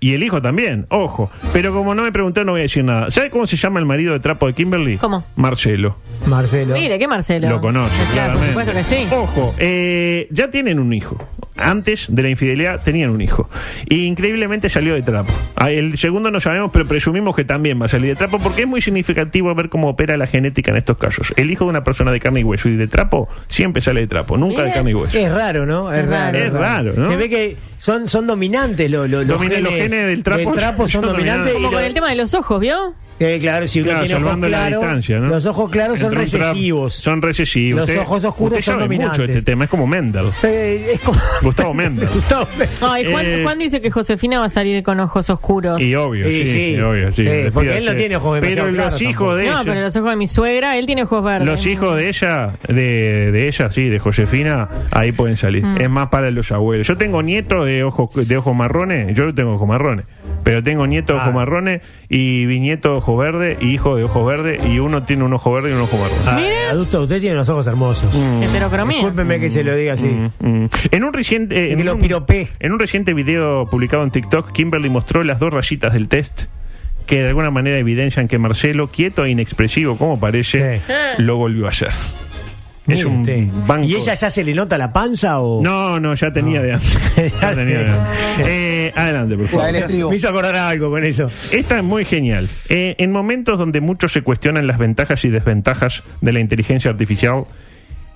[SPEAKER 10] Y el hijo también, ojo. Pero como no me preguntó, no voy a decir nada. ¿Sabe cómo se llama el marido de trapo de Kimberly?
[SPEAKER 11] ¿Cómo?
[SPEAKER 10] Marcelo.
[SPEAKER 8] Marcelo.
[SPEAKER 11] Mire, que Marcelo.
[SPEAKER 10] Lo conoce,
[SPEAKER 11] Claro, por
[SPEAKER 10] claramente.
[SPEAKER 11] supuesto que sí.
[SPEAKER 10] Ojo, eh, ya tienen un hijo. Antes de la infidelidad tenían un hijo. Y increíblemente salió de trapo. Ah, El segundo no sabemos, pero presumimos que también va a salir de trapo porque es muy significativo ver cómo opera la genética en estos casos. El hijo de una persona de carne y hueso y de trapo siempre sale de trapo, nunca de
[SPEAKER 11] Bien.
[SPEAKER 10] carne y hueso.
[SPEAKER 8] Es raro, ¿no? Es,
[SPEAKER 11] Es
[SPEAKER 8] raro.
[SPEAKER 11] raro.
[SPEAKER 10] Es raro, ¿no?
[SPEAKER 8] Se ve que son, son dominantes lo- lo- los,
[SPEAKER 10] Domina-
[SPEAKER 8] genes,
[SPEAKER 10] los genes del trapo
[SPEAKER 8] son
[SPEAKER 10] son
[SPEAKER 8] dominantes.
[SPEAKER 10] dominantes.
[SPEAKER 8] y
[SPEAKER 11] Como con
[SPEAKER 8] lo-
[SPEAKER 11] el tema de los ojos, ¿vio?
[SPEAKER 8] Eh, claro, si uno
[SPEAKER 10] Claro,
[SPEAKER 8] tiene ojos
[SPEAKER 10] salvando la
[SPEAKER 8] claros,
[SPEAKER 10] distancia, ¿no?
[SPEAKER 8] los ojos claros son
[SPEAKER 10] Entre un trapo-
[SPEAKER 8] recesivos.
[SPEAKER 10] Son recesivos.
[SPEAKER 8] Los ojos oscuros
[SPEAKER 10] usted
[SPEAKER 8] son
[SPEAKER 10] sabe
[SPEAKER 8] dominantes.
[SPEAKER 10] mucho de este tema, es como Mendel.
[SPEAKER 8] Eh, es como-
[SPEAKER 10] Gustavo Méndez.
[SPEAKER 8] Gustavo Méndez.
[SPEAKER 11] Ay, Juan,
[SPEAKER 10] Eh.
[SPEAKER 11] Juan dice que Josefina va a salir con ojos oscuros.
[SPEAKER 10] Y obvio,
[SPEAKER 8] Y
[SPEAKER 10] sí,
[SPEAKER 8] sí,
[SPEAKER 10] y obvio, sí.
[SPEAKER 8] sí,
[SPEAKER 10] Le
[SPEAKER 8] porque
[SPEAKER 10] pido,
[SPEAKER 8] él no tiene ojos demasiado
[SPEAKER 10] Pero los
[SPEAKER 8] claros
[SPEAKER 10] hijos
[SPEAKER 8] tampoco.
[SPEAKER 10] de
[SPEAKER 11] no,
[SPEAKER 10] ellos,
[SPEAKER 11] pero los ojos de mi suegra, él tiene ojos verdes.
[SPEAKER 10] los hijos de ella, de, de ella, sí, de Josefina, ahí
[SPEAKER 11] Mm.
[SPEAKER 10] pueden salir. Es más para los abuelos. Yo tengo nietos de ojos de ojos marrones, yo no tengo ojos marrones. Pero tengo nietos
[SPEAKER 8] Ah.
[SPEAKER 10] de ojos marrones y bisnietos de ojos verdes y hijos de ojos verdes y uno tiene un ojo verde y un ojo marrón.
[SPEAKER 8] Ah, Adulto, usted tiene los ojos hermosos.
[SPEAKER 11] Mm.
[SPEAKER 8] Discúlpeme que se lo diga así.
[SPEAKER 10] Mm, mm. En un reciente en un, en un reciente video publicado en TikTok, Kimberly mostró las dos rayitas del test que de alguna manera evidencian que Marcelo, quieto e inexpresivo como parece,
[SPEAKER 8] Sí.
[SPEAKER 10] lo volvió a hacer. Es
[SPEAKER 8] Mire
[SPEAKER 10] un
[SPEAKER 8] usted.
[SPEAKER 10] banco.
[SPEAKER 8] ¿Y ella ya se le nota la panza o.?
[SPEAKER 10] No, no, ya tenía de antes. Ya tenía de antes. Eh, adelante, por favor.
[SPEAKER 8] Me hizo acordar algo con eso.
[SPEAKER 10] Esta es muy genial. Eh, en momentos donde muchos se cuestionan las ventajas y desventajas de la inteligencia artificial,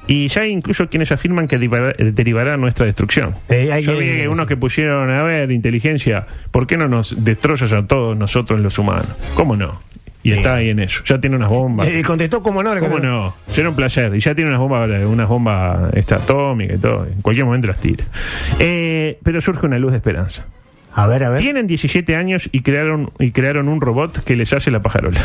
[SPEAKER 10] y ya hay incluso quienes afirman que derivará, eh, derivará a nuestra destrucción.
[SPEAKER 8] Eh, hay
[SPEAKER 10] Yo vi
[SPEAKER 8] que-
[SPEAKER 10] que unos que pusieron, a ver, inteligencia, ¿por qué no nos destrozas a todos nosotros los humanos? ¿Cómo no? Y está ahí en eso. Ya tiene unas bombas.
[SPEAKER 8] Eh, contestó como no. le
[SPEAKER 10] ¿Cómo
[SPEAKER 8] contestó.
[SPEAKER 10] no? Será un placer. Y ya tiene unas bombas, eh, unas bombas esta, atómicas y todo. En cualquier momento las tira. Eh, pero surge una luz de esperanza.
[SPEAKER 8] A ver, a ver.
[SPEAKER 10] Tienen 17 años y crearon, y crearon un robot que les hace la pajarola.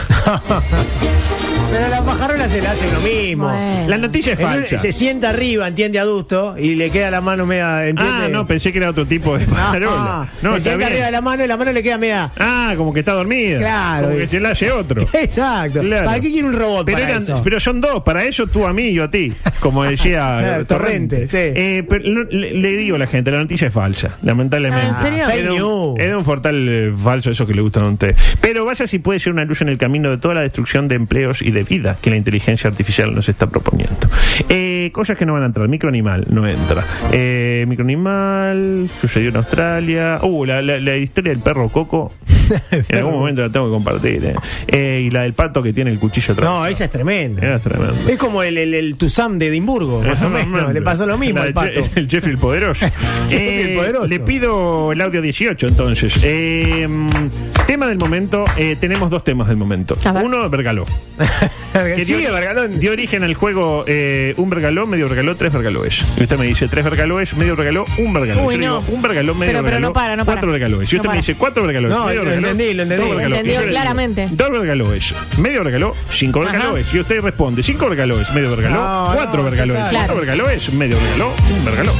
[SPEAKER 8] Pero la pajarola se la hace lo mismo.
[SPEAKER 11] Bueno.
[SPEAKER 10] La noticia es
[SPEAKER 8] En un-
[SPEAKER 10] falsa.
[SPEAKER 8] Se sienta arriba, entiende adulto, y le queda la mano media. ¿entiende?
[SPEAKER 10] Ah, no, pensé que era otro tipo de
[SPEAKER 8] Ah,
[SPEAKER 10] pajarola. No,
[SPEAKER 8] se
[SPEAKER 10] está
[SPEAKER 8] sienta
[SPEAKER 10] bien.
[SPEAKER 8] arriba de la mano y la mano le queda media.
[SPEAKER 10] Ah, como que está dormida.
[SPEAKER 8] Claro.
[SPEAKER 10] Como que se la hace otro.
[SPEAKER 8] Exacto.
[SPEAKER 10] Claro.
[SPEAKER 8] ¿Para qué quiere un robot?
[SPEAKER 10] Pero,
[SPEAKER 8] para
[SPEAKER 10] eran-
[SPEAKER 8] eso?
[SPEAKER 10] pero son dos, para ellos tú a mí y yo a ti, como decía
[SPEAKER 8] Claro,
[SPEAKER 10] eh, Torrente.
[SPEAKER 8] Torrente, sí.
[SPEAKER 10] Eh, pero lo- le, le digo a la gente, la noticia es falsa, lamentablemente.
[SPEAKER 11] Ah, ¿en serio?
[SPEAKER 10] Es de un, es de un portal eh, falso eso que le gusta a usted. Pero vaya si puede ser una luz en el camino de toda la destrucción de empleos y de vida que la inteligencia artificial nos está proponiendo. Eh, cosas que no van a entrar, microanimal no entra. Eh, microanimal sucedió en Australia. Uh, la, la- la historia del perro Coco. En algún momento la tengo que compartir. eh. Eh, y la del pato que tiene el cuchillo atrás.
[SPEAKER 8] No, esa es tremenda.
[SPEAKER 10] Era tremendo.
[SPEAKER 8] Es como el, el, el Tusam de Edimburgo, más o menos. Le pasó lo mismo
[SPEAKER 10] La
[SPEAKER 8] al
[SPEAKER 10] de
[SPEAKER 8] pato.
[SPEAKER 10] Je- El Jeffrey el poderoso.
[SPEAKER 8] Jeffrey el
[SPEAKER 10] Eh,
[SPEAKER 8] poderoso.
[SPEAKER 10] Le pido el audio 18 entonces. Eh, tema del momento. eh, tenemos dos temas del momento.
[SPEAKER 11] A ver.
[SPEAKER 10] Uno, Bergaló. que
[SPEAKER 8] Sí,
[SPEAKER 10] dio-
[SPEAKER 8] Bergalón.
[SPEAKER 10] Dio origen al juego eh, un Bergaló, medio Bergaló, tres Bergalóes. Y usted me dice tres Bergalóes, medio Bergaló, un Bergaló.
[SPEAKER 11] Uy,
[SPEAKER 10] Yo le
[SPEAKER 11] no.
[SPEAKER 10] digo un Bergaló, medio
[SPEAKER 11] Pero- pero
[SPEAKER 10] Bergaló,
[SPEAKER 11] no para, no
[SPEAKER 10] cuatro
[SPEAKER 11] para.
[SPEAKER 10] Bergalóes. Y usted
[SPEAKER 11] No
[SPEAKER 10] me
[SPEAKER 11] para.
[SPEAKER 10] dice cuatro Bergalóes,
[SPEAKER 8] No,
[SPEAKER 10] medio
[SPEAKER 8] lo
[SPEAKER 10] Bergaló,
[SPEAKER 8] entendí, lo entendí.
[SPEAKER 10] dos
[SPEAKER 11] Lo
[SPEAKER 10] Bergaló. Y yo
[SPEAKER 11] entendió
[SPEAKER 10] le digo,
[SPEAKER 11] claramente.
[SPEAKER 10] Dos Bergalóes, medio Bergaló, cinco
[SPEAKER 11] Ajá.
[SPEAKER 10] Bergalóes. Y usted responde cinco Bergalóes, medio Bergaló,
[SPEAKER 8] No,
[SPEAKER 10] cuatro
[SPEAKER 8] no,
[SPEAKER 10] Bergalóes.
[SPEAKER 8] claro.
[SPEAKER 10] Cuatro Bergalóes, medio Bergaló, un Bergaló.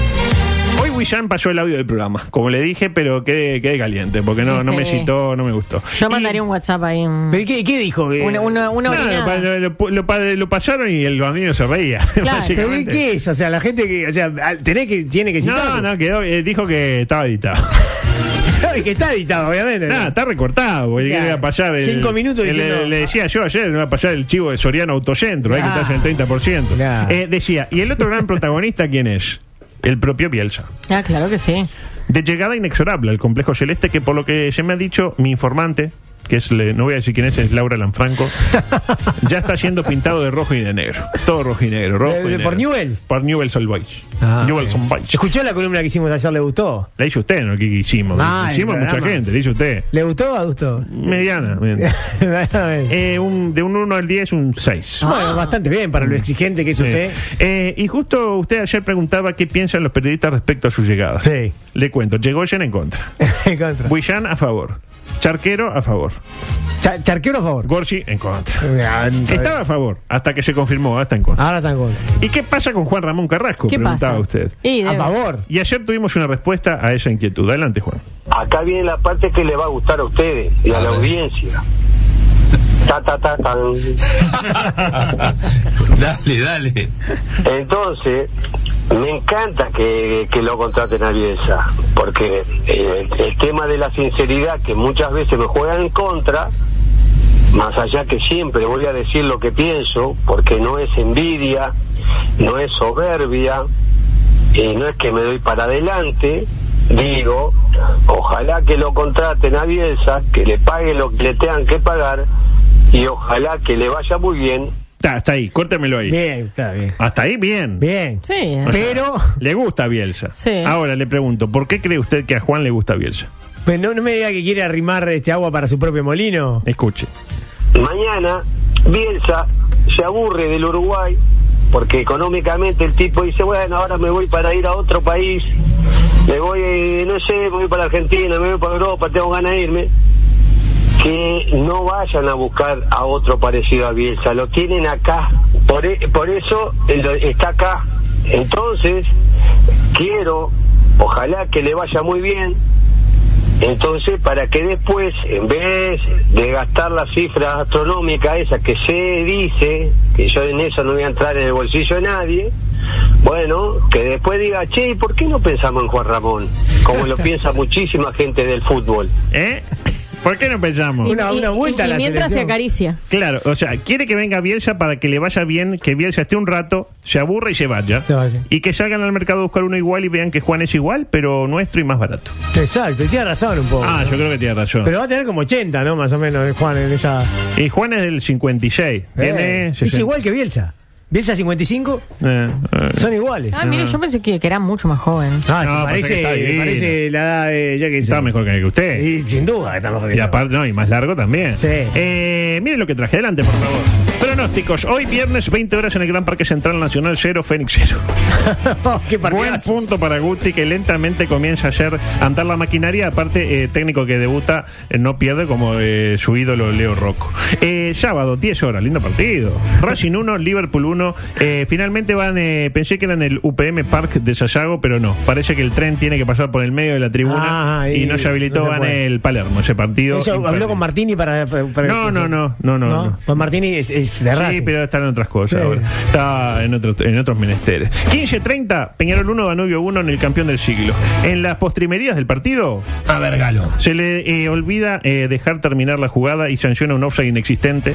[SPEAKER 10] Hoy Wishan pasó el audio del programa, como le dije, pero quedé, quedé caliente, porque no,
[SPEAKER 11] Sí,
[SPEAKER 10] no me
[SPEAKER 11] sí.
[SPEAKER 10] citó, no me gustó.
[SPEAKER 11] Yo mandaría un WhatsApp ahí. un-
[SPEAKER 8] ¿Pero qué, qué dijo? Eh,
[SPEAKER 11] Una, una, una
[SPEAKER 10] Nada,
[SPEAKER 11] orinada.
[SPEAKER 10] pa- lo, lo- lo pa- lo pasaron y el bambino se reía.
[SPEAKER 11] Claro.
[SPEAKER 8] ¿Pero qué,
[SPEAKER 10] básicamente.
[SPEAKER 8] qué es? O sea, la gente que. O sea, al- tenés que, tiene que
[SPEAKER 10] No,
[SPEAKER 8] citar.
[SPEAKER 10] no, quedó, eh, dijo que estaba editado.
[SPEAKER 8] Y que está editado, obviamente.
[SPEAKER 10] Nada, está recortado. porque
[SPEAKER 8] Claro.
[SPEAKER 10] le iba a pasar el-
[SPEAKER 8] Cinco minutos
[SPEAKER 10] el-
[SPEAKER 8] diciendo- "Ah".
[SPEAKER 10] Le, decía yo ayer, le iba a pasar el chivo de Soriano Autocentro, hay
[SPEAKER 8] Claro.
[SPEAKER 10] que estar en el 30%.
[SPEAKER 8] Claro.
[SPEAKER 10] Eh, decía, ¿y el otro gran protagonista quién es? El propio Bielsa.
[SPEAKER 11] Ah, claro que sí.
[SPEAKER 10] De llegada inexorable al complejo celeste, que por lo que se me ha dicho mi informante, que es, le- no voy a decir quién es, es Laura Lanfranco, ya está siendo pintado de rojo y de negro. Todo rojo y negro. Rojo
[SPEAKER 8] Eh,
[SPEAKER 10] y negro.
[SPEAKER 8] por Newell's.
[SPEAKER 10] Por Newell's Old Boys.
[SPEAKER 8] Ah,
[SPEAKER 10] Newell's
[SPEAKER 8] bien.
[SPEAKER 10] Old Boys.
[SPEAKER 8] ¿Escuchó la columna que hicimos ayer? ¿Le gustó?
[SPEAKER 10] La hizo usted, ¿no? ¿Qué hicimos?
[SPEAKER 8] Ah, el
[SPEAKER 10] hicimos a mucha
[SPEAKER 8] programa.
[SPEAKER 10] gente, la hizo usted.
[SPEAKER 8] ¿Le gustó o gustó?
[SPEAKER 10] Mediana. mediana. Eh, un- de un 1 al 10, un 6.
[SPEAKER 8] Bueno, bastante bien para lo exigente que es Ah, usted.
[SPEAKER 10] Eh, y justo usted ayer preguntaba qué piensan los periodistas respecto a su llegada.
[SPEAKER 8] Sí.
[SPEAKER 10] Le cuento, Yegoyen en contra.
[SPEAKER 8] En contra.
[SPEAKER 10] Buillán a favor. Charquero a favor.
[SPEAKER 8] Cha- charquero, a favor.
[SPEAKER 10] Gorsi en contra.
[SPEAKER 8] Ah,
[SPEAKER 10] Estaba a favor, hasta que se confirmó, hasta en contra.
[SPEAKER 8] Ahora está en contra.
[SPEAKER 10] ¿Y qué pasa con Juan Ramón Carrasco?
[SPEAKER 11] Ah. ¿Qué
[SPEAKER 10] preguntaba
[SPEAKER 11] pasa?
[SPEAKER 10] usted.
[SPEAKER 11] Y
[SPEAKER 8] A
[SPEAKER 11] debe-
[SPEAKER 8] favor.
[SPEAKER 10] Y ayer tuvimos una respuesta a esa inquietud. Adelante, Juan.
[SPEAKER 18] Acá viene la parte que le va a gustar a ustedes y a la audiencia. Ta, ta, ta, tan.
[SPEAKER 6] Dale, dale.
[SPEAKER 18] Entonces, me encanta que, que lo contraten a Bielsa, porque eh, el, tema de la sinceridad que muchas veces me juegan en contra, más allá que siempre voy a decir lo que pienso, porque no es envidia, no es soberbia, y no es que me doy para adelante, digo, ojalá que lo contraten a Bielsa, que le paguen lo que le tengan que pagar, y ojalá que le vaya muy bien
[SPEAKER 10] Está, hasta ahí, córtemelo ahí.
[SPEAKER 8] Bien, está bien.
[SPEAKER 10] Hasta ahí, bien.
[SPEAKER 8] Bien.
[SPEAKER 11] Sí.
[SPEAKER 8] Pero,
[SPEAKER 10] Le gusta Bielsa.
[SPEAKER 11] Sí.
[SPEAKER 10] Ahora le pregunto, ¿por qué cree usted que a Juan le gusta Bielsa?
[SPEAKER 8] pero no, no me diga que quiere arrimar este agua para su propio molino.
[SPEAKER 10] Escuche.
[SPEAKER 18] Mañana Bielsa se aburre del Uruguay porque económicamente el tipo dice, bueno, ahora me voy para ir a otro país, me voy, eh, no sé, me voy para Argentina, me voy para Europa, tengo ganas de irme. Que no vayan a buscar a otro parecido a Bielsa, lo tienen acá, por, e- por eso eh, lo- está acá. Entonces, quiero, ojalá que le vaya muy bien, Entonces, para que después, en vez de gastar la cifra astronómica esa que se dice, que yo en eso no voy a entrar en el bolsillo de nadie, bueno, que después diga, che, ¿y por qué no pensamos en Juan Ramón? Como lo piensa muchísima gente del fútbol.
[SPEAKER 10] ¿Eh? ¿Por qué no pensamos?
[SPEAKER 11] Y- y- y- y mientras se acaricia.
[SPEAKER 10] Claro, o sea, quiere que venga Bielsa para que le vaya bien, que Bielsa esté un rato, se aburra y se vaya. Y que salgan al mercado a buscar uno igual y vean que Juan es igual, pero nuestro y más barato.
[SPEAKER 8] Exacto, y tiene razón un poco.
[SPEAKER 10] Ah,
[SPEAKER 8] ¿no?
[SPEAKER 10] yo creo que tiene razón.
[SPEAKER 8] Oh. Pero va a tener como 80, ¿no? Más o menos, eh, Juan, en esa.
[SPEAKER 10] y Juan es del 56. Tiene
[SPEAKER 8] Eh,
[SPEAKER 10] 60.
[SPEAKER 8] es igual que Bielsa. Bielsa 55,
[SPEAKER 10] Eh, eh.
[SPEAKER 8] son iguales.
[SPEAKER 11] Ah, mire, yo pensé que, que era mucho más joven.
[SPEAKER 8] Ah, te
[SPEAKER 10] No, pasa que está
[SPEAKER 8] parece,
[SPEAKER 10] divino.
[SPEAKER 8] parece la edad de. Ya que
[SPEAKER 10] Está mejor que usted.
[SPEAKER 8] Y sin duda que está mejor que
[SPEAKER 10] Y
[SPEAKER 8] yo.
[SPEAKER 10] aparte, no, y más largo también. Eh, mire lo que traje adelante, por favor. Pronósticos. Hoy viernes, 20 horas en el Gran Parque Central Nacional 0, Fénix 0.
[SPEAKER 8] Oh,
[SPEAKER 10] Buen punto para Guti que lentamente comienza a hacer andar la maquinaria. Aparte, eh, técnico que debuta eh, no pierde como eh, su ídolo Leo Rocco. Eh, sábado, 10 horas, lindo partido. Racing 1, Liverpool 1. Eh, finalmente van, eh, pensé que eran el UPM Park de Sayago, pero no. Parece que el tren tiene que pasar por el medio de la tribuna
[SPEAKER 8] Ah,
[SPEAKER 10] y,
[SPEAKER 8] y
[SPEAKER 10] no se
[SPEAKER 8] no
[SPEAKER 10] habilitó
[SPEAKER 8] se
[SPEAKER 10] van
[SPEAKER 8] puede.
[SPEAKER 10] el Palermo ese partido.
[SPEAKER 8] Eso habló
[SPEAKER 10] imperdible.
[SPEAKER 8] con Martini para. para- para-
[SPEAKER 10] No, no, no, no, no, no.
[SPEAKER 8] Pues Martini es, es de
[SPEAKER 10] Sí,
[SPEAKER 8] Racing.
[SPEAKER 10] pero están en otras cosas
[SPEAKER 8] Sí.
[SPEAKER 10] ahora. Está en, otro- en otros menesteres. 15-30, Peñarol 1, Danubio 1 en el campeón del siglo. En las postrimerías del partido. A Vergalo. Se le eh, olvida eh, dejar terminar la jugada y sanciona un offside inexistente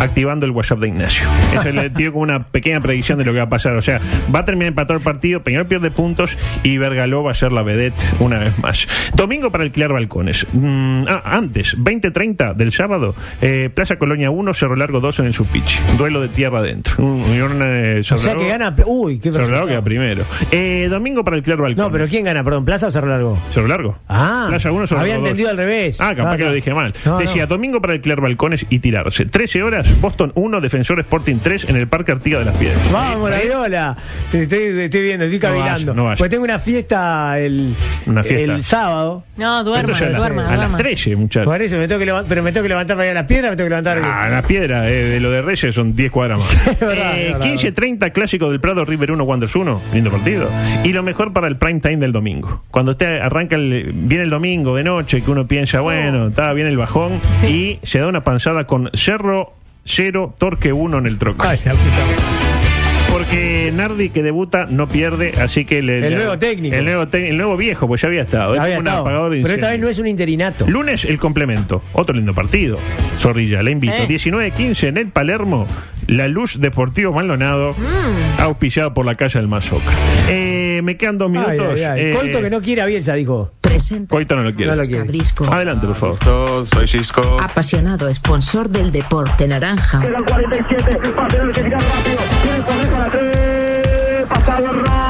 [SPEAKER 10] activando el WhatsApp de Ignacio. Eso le dio como una pequeña predicción de lo que va a pasar. O sea, va a terminar empatado el partido, Peñarol pierde puntos y Vergaló va a ser la vedette una vez más. Domingo para alquilar balcones. Mm, ah, antes, 20.30 del sábado, eh, Plaza Colonia 1, Cerro Largo 2 en el Supich. Duelo de tierra adentro. Unión, eh,
[SPEAKER 8] o
[SPEAKER 10] Cerro
[SPEAKER 8] sea que
[SPEAKER 10] Largo-
[SPEAKER 8] gana. Uy, qué
[SPEAKER 10] Cerro Largo
[SPEAKER 8] resultado.
[SPEAKER 10] queda primero. Eh, domingo para alquilar balcones.
[SPEAKER 8] No, pero ¿quién gana? Perdón, ¿Plaza o Cerro Largo?
[SPEAKER 10] Cerro Largo.
[SPEAKER 8] Ah,
[SPEAKER 10] Playa 1 sobre
[SPEAKER 8] había
[SPEAKER 10] todo dos.
[SPEAKER 8] entendido al revés.
[SPEAKER 10] Ah, capaz
[SPEAKER 8] Ah,
[SPEAKER 10] que
[SPEAKER 8] no.
[SPEAKER 10] lo dije mal.
[SPEAKER 8] No,
[SPEAKER 10] Decía
[SPEAKER 8] no.
[SPEAKER 10] domingo para alquilar balcones y tirarse. 13 horas, Boston 1, Defensor Sporting 3 en el Parque Artiga de las Piedras.
[SPEAKER 8] Vamos, la viola. Estoy, estoy viendo, estoy
[SPEAKER 10] ¿eh? No vaya,
[SPEAKER 8] cavilando.
[SPEAKER 10] no vaya.
[SPEAKER 8] Pues tengo una fiesta el,
[SPEAKER 10] Una fiesta.
[SPEAKER 8] el sábado.
[SPEAKER 11] No, duerma,
[SPEAKER 10] Esto es a, las-
[SPEAKER 11] duerma,
[SPEAKER 10] a las
[SPEAKER 11] duerma.
[SPEAKER 10] 13, muchachos.
[SPEAKER 8] Por eso me tengo que levantar, pero me tengo que levantar para ir a las piedras, me tengo que levantar.
[SPEAKER 10] Ah, las piedras, eh, de lo de Reyes son 10 cuadras más. Eh, 15-30 clásico del Prado, River 1, Wanderers 1. Lindo partido. Y lo mejor para el prime time del domingo. Cuando usted arranca, el, viene el domingo de noche, que uno piensa,
[SPEAKER 8] Oh.
[SPEAKER 10] bueno, está bien el bajón. Y se da una panzada con Cerro 0, Torque 1 en el troco. Porque Nardi que debuta no pierde, así que le,
[SPEAKER 8] El
[SPEAKER 10] le-
[SPEAKER 8] nuevo técnico.
[SPEAKER 10] El nuevo, te- el nuevo viejo, pues ya había estado. Es
[SPEAKER 8] Había
[SPEAKER 10] como un
[SPEAKER 8] estado.
[SPEAKER 10] apagador de
[SPEAKER 8] pero esta
[SPEAKER 10] incendio.
[SPEAKER 8] vez no es un interinato.
[SPEAKER 10] Lunes el complemento. Otro lindo partido. Zorrilla, la invito.
[SPEAKER 11] Sí.
[SPEAKER 10] 19-15 en el Palermo. La Luz Deportivo Maldonado. Auspillado por la calle del Mazoca. Eh, me quedan dos
[SPEAKER 8] Mm. Ay,
[SPEAKER 10] minutos.
[SPEAKER 8] ay, ay.
[SPEAKER 10] Eh,
[SPEAKER 8] Coito que no quiere a Bielsa, dijo.
[SPEAKER 15] Presenta
[SPEAKER 10] Coito no lo quiere.
[SPEAKER 8] No lo quiere.
[SPEAKER 15] Brisco,
[SPEAKER 10] Adelante, por favor.
[SPEAKER 5] Yo soy Cisco.
[SPEAKER 15] apasionado sponsor del deporte naranja.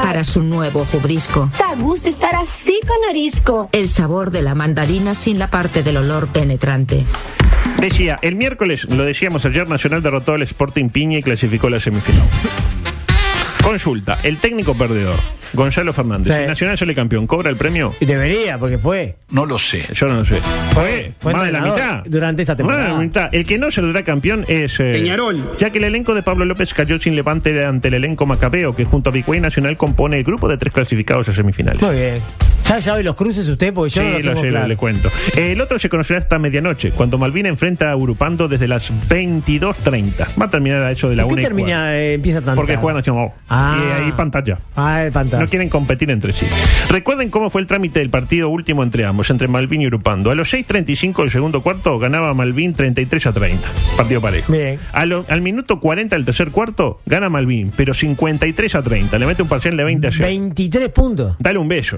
[SPEAKER 15] Para su nuevo jubrisco.
[SPEAKER 12] Da gusto estar así con arisco.
[SPEAKER 15] El sabor de la mandarina sin la parte del olor penetrante.
[SPEAKER 10] Decía, el miércoles, lo decíamos ayer, Nacional derrotó al Sporting Piña y clasificó a la semifinal. Consulta, el técnico perdedor, Gonzalo Fernández,
[SPEAKER 8] Sí.
[SPEAKER 10] el Nacional sale campeón, ¿cobra el premio?
[SPEAKER 8] Y debería, porque fue.
[SPEAKER 6] No lo sé.
[SPEAKER 10] Yo no lo sé. ¿Fue?
[SPEAKER 8] fue
[SPEAKER 10] ¿Más de la
[SPEAKER 8] entrenador
[SPEAKER 10] mitad?
[SPEAKER 8] durante esta
[SPEAKER 10] Más de la
[SPEAKER 8] temporada.
[SPEAKER 10] mitad. El que no saldrá campeón es... eh,
[SPEAKER 8] Peñarol.
[SPEAKER 10] Ya que el elenco de Pablo López cayó sin levante ante el elenco macabeo, que junto a Bicuay Nacional compone el grupo de tres clasificados a semifinales.
[SPEAKER 8] Muy bien. ¿Ya sabe los cruces usted? Porque yo
[SPEAKER 10] sí,
[SPEAKER 8] no los
[SPEAKER 10] lo
[SPEAKER 8] tengo
[SPEAKER 10] sé,
[SPEAKER 8] claro.
[SPEAKER 10] le cuento. El otro se conocerá hasta medianoche, cuando Malvin enfrenta a Urupando desde las 22.30. Va a terminar a eso de la
[SPEAKER 8] ¿Por
[SPEAKER 10] 1
[SPEAKER 8] qué
[SPEAKER 10] y cuarto.
[SPEAKER 8] termina, eh, empieza tanto?
[SPEAKER 10] Porque juegan Nacional.
[SPEAKER 8] Ah.
[SPEAKER 10] Y ahí pantalla.
[SPEAKER 8] Ah, el pantalla.
[SPEAKER 10] No quieren competir entre sí. Recuerden cómo fue el trámite del partido último entre ambos, entre Malvin y Urupando. A los 6.35 del segundo cuarto ganaba Malvin 33 a 30. Partido parejo.
[SPEAKER 8] Bien.
[SPEAKER 10] A lo- al minuto 40 del tercer cuarto gana Malvin, pero 53 a 30. Le mete un parcial de 20 a 0.
[SPEAKER 8] 23 puntos.
[SPEAKER 10] Dale un beso.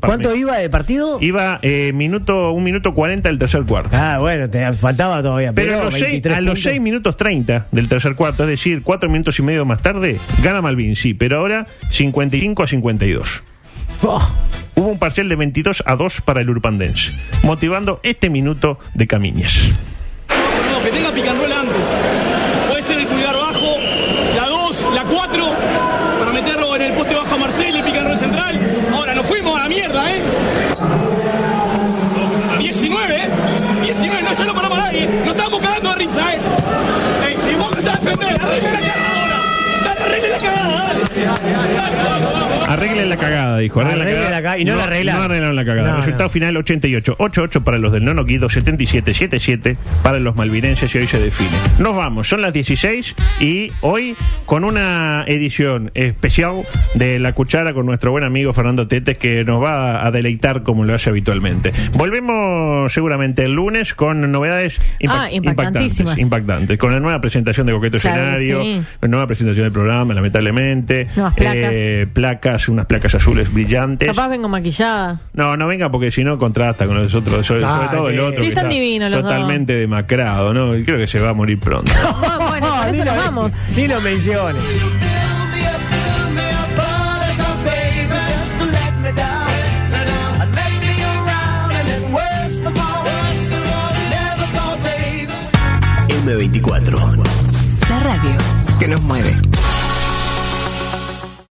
[SPEAKER 10] Para
[SPEAKER 8] ¿Cuánto
[SPEAKER 10] mí.
[SPEAKER 8] iba de partido?
[SPEAKER 10] Iba eh, minuto, un minuto 40 del tercer cuarto.
[SPEAKER 8] Ah, bueno, te faltaba todavía.
[SPEAKER 10] Pero a los, seis,
[SPEAKER 8] 23
[SPEAKER 10] a los
[SPEAKER 8] Ah, puntos.
[SPEAKER 10] seis minutos 30 del tercer cuarto, es decir, 4 minutos y medio más tarde, gana Malvin, sí, pero ahora 55 a 52.
[SPEAKER 8] Oh,
[SPEAKER 10] Hubo un parcial de 22 a 2 para el Urpandense, motivando este minuto de Camiñas.
[SPEAKER 19] No, que tenga picanrola antes. Puede ser el pulgar bajo, la 2, la 4, para meterlo en el poste bajo a Marcelo y picanrol central. Ahora nos fuimos a la mierda, ¿eh? 19, ¿eh? 19, no, ya lo paramos ahí. Nos estábamos cagando de risa, ¿eh? Ey, si vos vas a defender, arregle la cagada ahora. Dale, arregle la cagada, dale. Dale, dale, vamos, vamos, vamos.
[SPEAKER 10] Arreglen la cagada, dijo. Arreglen
[SPEAKER 8] Arreglen la cagada y no la arreglaron.
[SPEAKER 10] No arreglaron la cagada.
[SPEAKER 8] No,
[SPEAKER 10] Resultado
[SPEAKER 8] no.
[SPEAKER 10] final 88. 8-8 para los del Nono Guido, 77-77 para los malvinenses y hoy se define. Nos vamos, son las 16 y hoy con una edición especial de La Cuchara con nuestro buen amigo Fernando Tetes que nos va a deleitar como lo hace habitualmente. Volvemos seguramente el lunes con novedades
[SPEAKER 11] Ah, impactantísimas.
[SPEAKER 10] impactantes. impactantes. Con la nueva presentación de Coqueto
[SPEAKER 11] Claro,
[SPEAKER 10] Escenario,
[SPEAKER 11] sí.
[SPEAKER 10] la nueva presentación del programa, lamentablemente.
[SPEAKER 11] Nuevas placas.
[SPEAKER 10] Eh, placas, unas placas azules brillantes.
[SPEAKER 11] Capaz vengo maquillada.
[SPEAKER 10] No, no venga porque si no contrasta con los otros, sobre,
[SPEAKER 11] Ah,
[SPEAKER 10] sobre todo
[SPEAKER 11] sí.
[SPEAKER 10] el otro.
[SPEAKER 11] Sí,
[SPEAKER 10] que
[SPEAKER 11] están
[SPEAKER 10] está
[SPEAKER 11] divinos los dos.
[SPEAKER 10] totalmente demacrado, ¿no? Y Creo que se va a morir pronto.
[SPEAKER 11] Ah, bueno, por eso nos vamos.
[SPEAKER 8] Ni lo menciones.
[SPEAKER 3] M24.
[SPEAKER 1] La radio.
[SPEAKER 3] Que nos mueve.